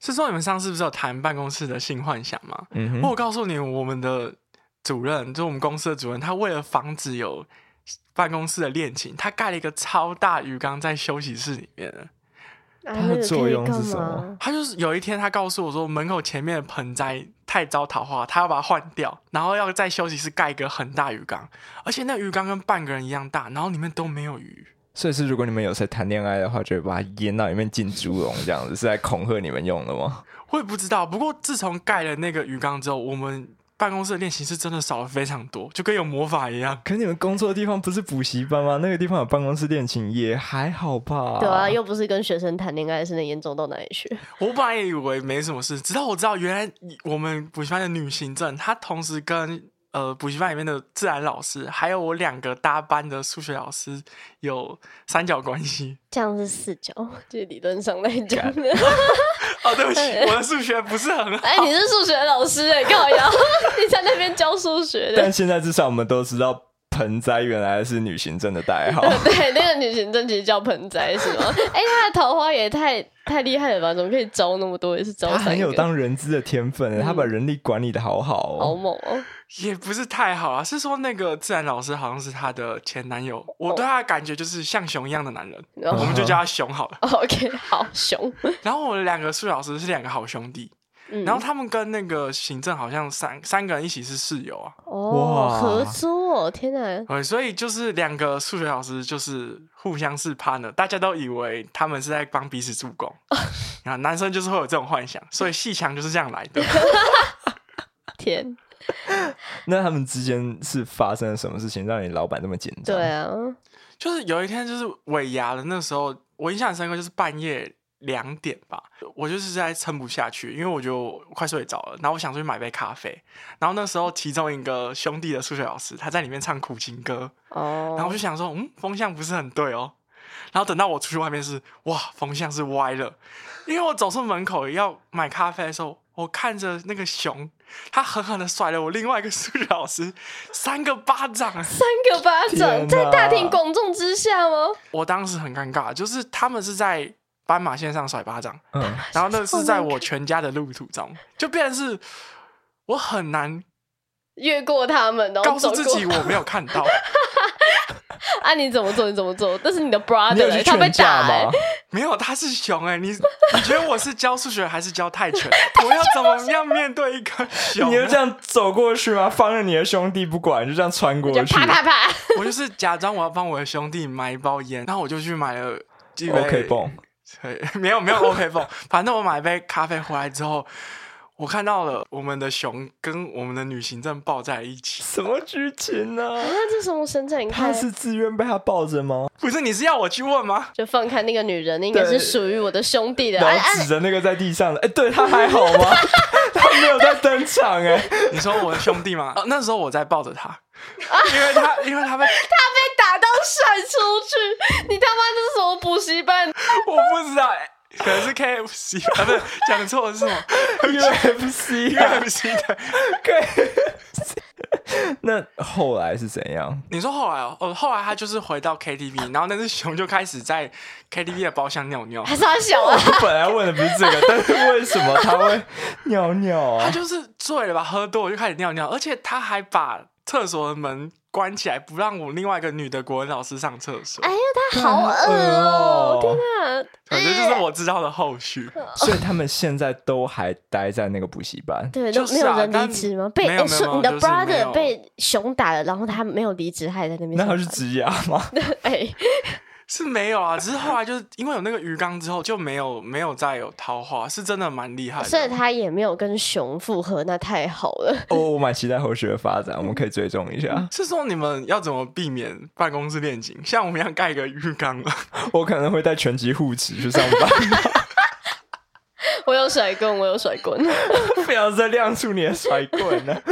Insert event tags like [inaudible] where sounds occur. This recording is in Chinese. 就说你们上次不是有谈办公室的性幻想吗？嗯我哼，有告诉你，我们的主任，就我们公司的主任，他为了防止有办公室的恋情，他盖了一个超大鱼缸在休息室里面的。啊它的那个作可以用是干什么嘛？他就是有一天，他告诉我说，门口前面的盆栽太招桃花，他要把它换掉，然后要在休息室盖一个很大鱼缸，而且那鱼缸跟半个人一样大，然后里面都没有鱼。所以是如果你们有在谈恋爱的话，就会把它淹到里面进猪笼，这样子是在恐吓你们用的吗？我也不知道，不过自从盖了那个鱼缸之后，我们办公室的练习是真的少了非常多，就跟有魔法一样。 [laughs] 可是你们工作的地方不是补习班吗？那个地方有办公室恋情也还好吧？ [laughs] 对啊，又不是跟学生谈恋爱，是能严重到哪里去？ [laughs] 我本来以为没什么事，直到我知道原来我们补习班的女行政，她同时跟呃补习班里面的自然老师，还有我两个搭班的数学老师有三角关系。这样是四角，就理论上来讲。哦，对不起，我的数学不是很好。 [laughs] 哎，你是数学老师哎，靠呀， [laughs] 你在那边教数学的但。现在至少我们都知道盆栽原来是女行政的代 [laughs] 号。 [laughs] 对，那个女行政其实叫盆栽是吗？ [laughs] 哎、她的桃花也太太厉害了吧？怎么可以招那么多？也是招他三很有个，当人资的天分欸，他把嗯人力管理的好好好哦。猛哦！也不是太好啊，是说那个自然老师好像是她的前男友，我对她的感觉就是像熊一样的男人，然我后、们就叫他熊好了。 [laughs] OK，好熊，然后我的两个数学老师是两个好兄弟，嗯，然后他们跟那个行政好像三三个人一起是室友啊，哦，哇合作、天哪！呃，所以就是两个数学老师就是互相是 partner，大家都以为他们是在帮彼此助攻啊，男生就是会有这种幻想，所以戏强就是这样来的。天，那他们之间是发生了什么事情，让你老板这么紧张？对，啊，就是有一天就是尾牙的那时候，我印象很深刻，就是半夜两点吧，我就是在撑不下去，因为我觉得我快睡着了，然后我想出去买杯咖啡，然后那时候其中一个兄弟的数学老师他在里面唱苦情歌，哦，然后我就想说，嗯，风向不是很对哦。然后等到我出去外面是，哇，风向是歪了，因为我走出门口要买咖啡的时候，我看着那个熊，它狠狠的甩了我另外一个数学老师三个巴掌。三个巴掌天哪在大庭广众之下吗？我当时很尴尬，就是他们是在斑马线上甩巴掌，嗯，啊然后那是在我全家的路途中，就变成是我很难越过他们，然告后诉走自过己我没有看到， [laughs] 啊！你怎么做？你怎么做？但是你的你 brother 有欸去他被劝架打欸吗？没有，他是熊哎、你你觉得我是教数学还是教泰拳？ [laughs] 我要怎么样面对一个熊你呢？就这样走过去吗？放任你的兄弟不管，就这样穿过就去啪啪啪，我就是假装我要帮我的兄弟买一包烟，然后我就去买了一杯？OK，蹦，对 [laughs] 没有没有 OK 泵，反正我买一杯咖啡回来之后，我看到了我们的熊跟我们的女行政抱在一起。什么剧情呢、那啊这什么生产？你他看是自愿被他抱着吗？不是你是要我去问 [laughs] 吗？就放开那个女人，那应该是对属于我的兄弟的。啊然啊后指着那个在地上的，哎、对他还好 [laughs] 吗？他没有在登场、哎，你说我的兄弟吗？哦那时候我在抱着他， [laughs] 因为他因为他被被打到甩出去，你他妈这是什么补习班？我不知道、哎可能是 [laughs] KFC 啊，不是讲错了是什 [laughs] 么 [laughs] UFC 啊？KFC 的。那后来是怎样？你说后来哦，哦，后来他就是回到 [laughs] KTV，然后那只熊就开始在 KTV 的包厢尿尿。还是他小啊？我本来问的不是这个，但是为什么他会尿尿他 [laughs] 啊？就是醉了吧，喝多了就开始尿尿，而且他还把厕所的门关起来，不让我另外一个女的国文老师上厕所哎。呀，他好恶哎哦！天哪！反正哎就是我知道的后续。所以他们现在都还待在那个补习 [laughs] 班。对，就都是没有啊人离但职吗？被没有哎没有说没有你的就是没 brother 有被熊打了，然后他没有离职，还在那边那上他班。是职牙 [laughs] 吗？哎，是没有啊，只是后来就是因为有那个鱼缸之后就没有没有再有桃花，是真的蛮厉害的。所以他也没有跟熊复合，那太好了。 [laughs] 哦，我蛮期待后续的发展，我们可以追踪一嗯下。是说你们要怎么避免办公室恋情？像我们一样盖一个浴缸了，我可能会带拳击护持去上班，我有甩棍，我有甩棍。不要再亮出你的甩棍了。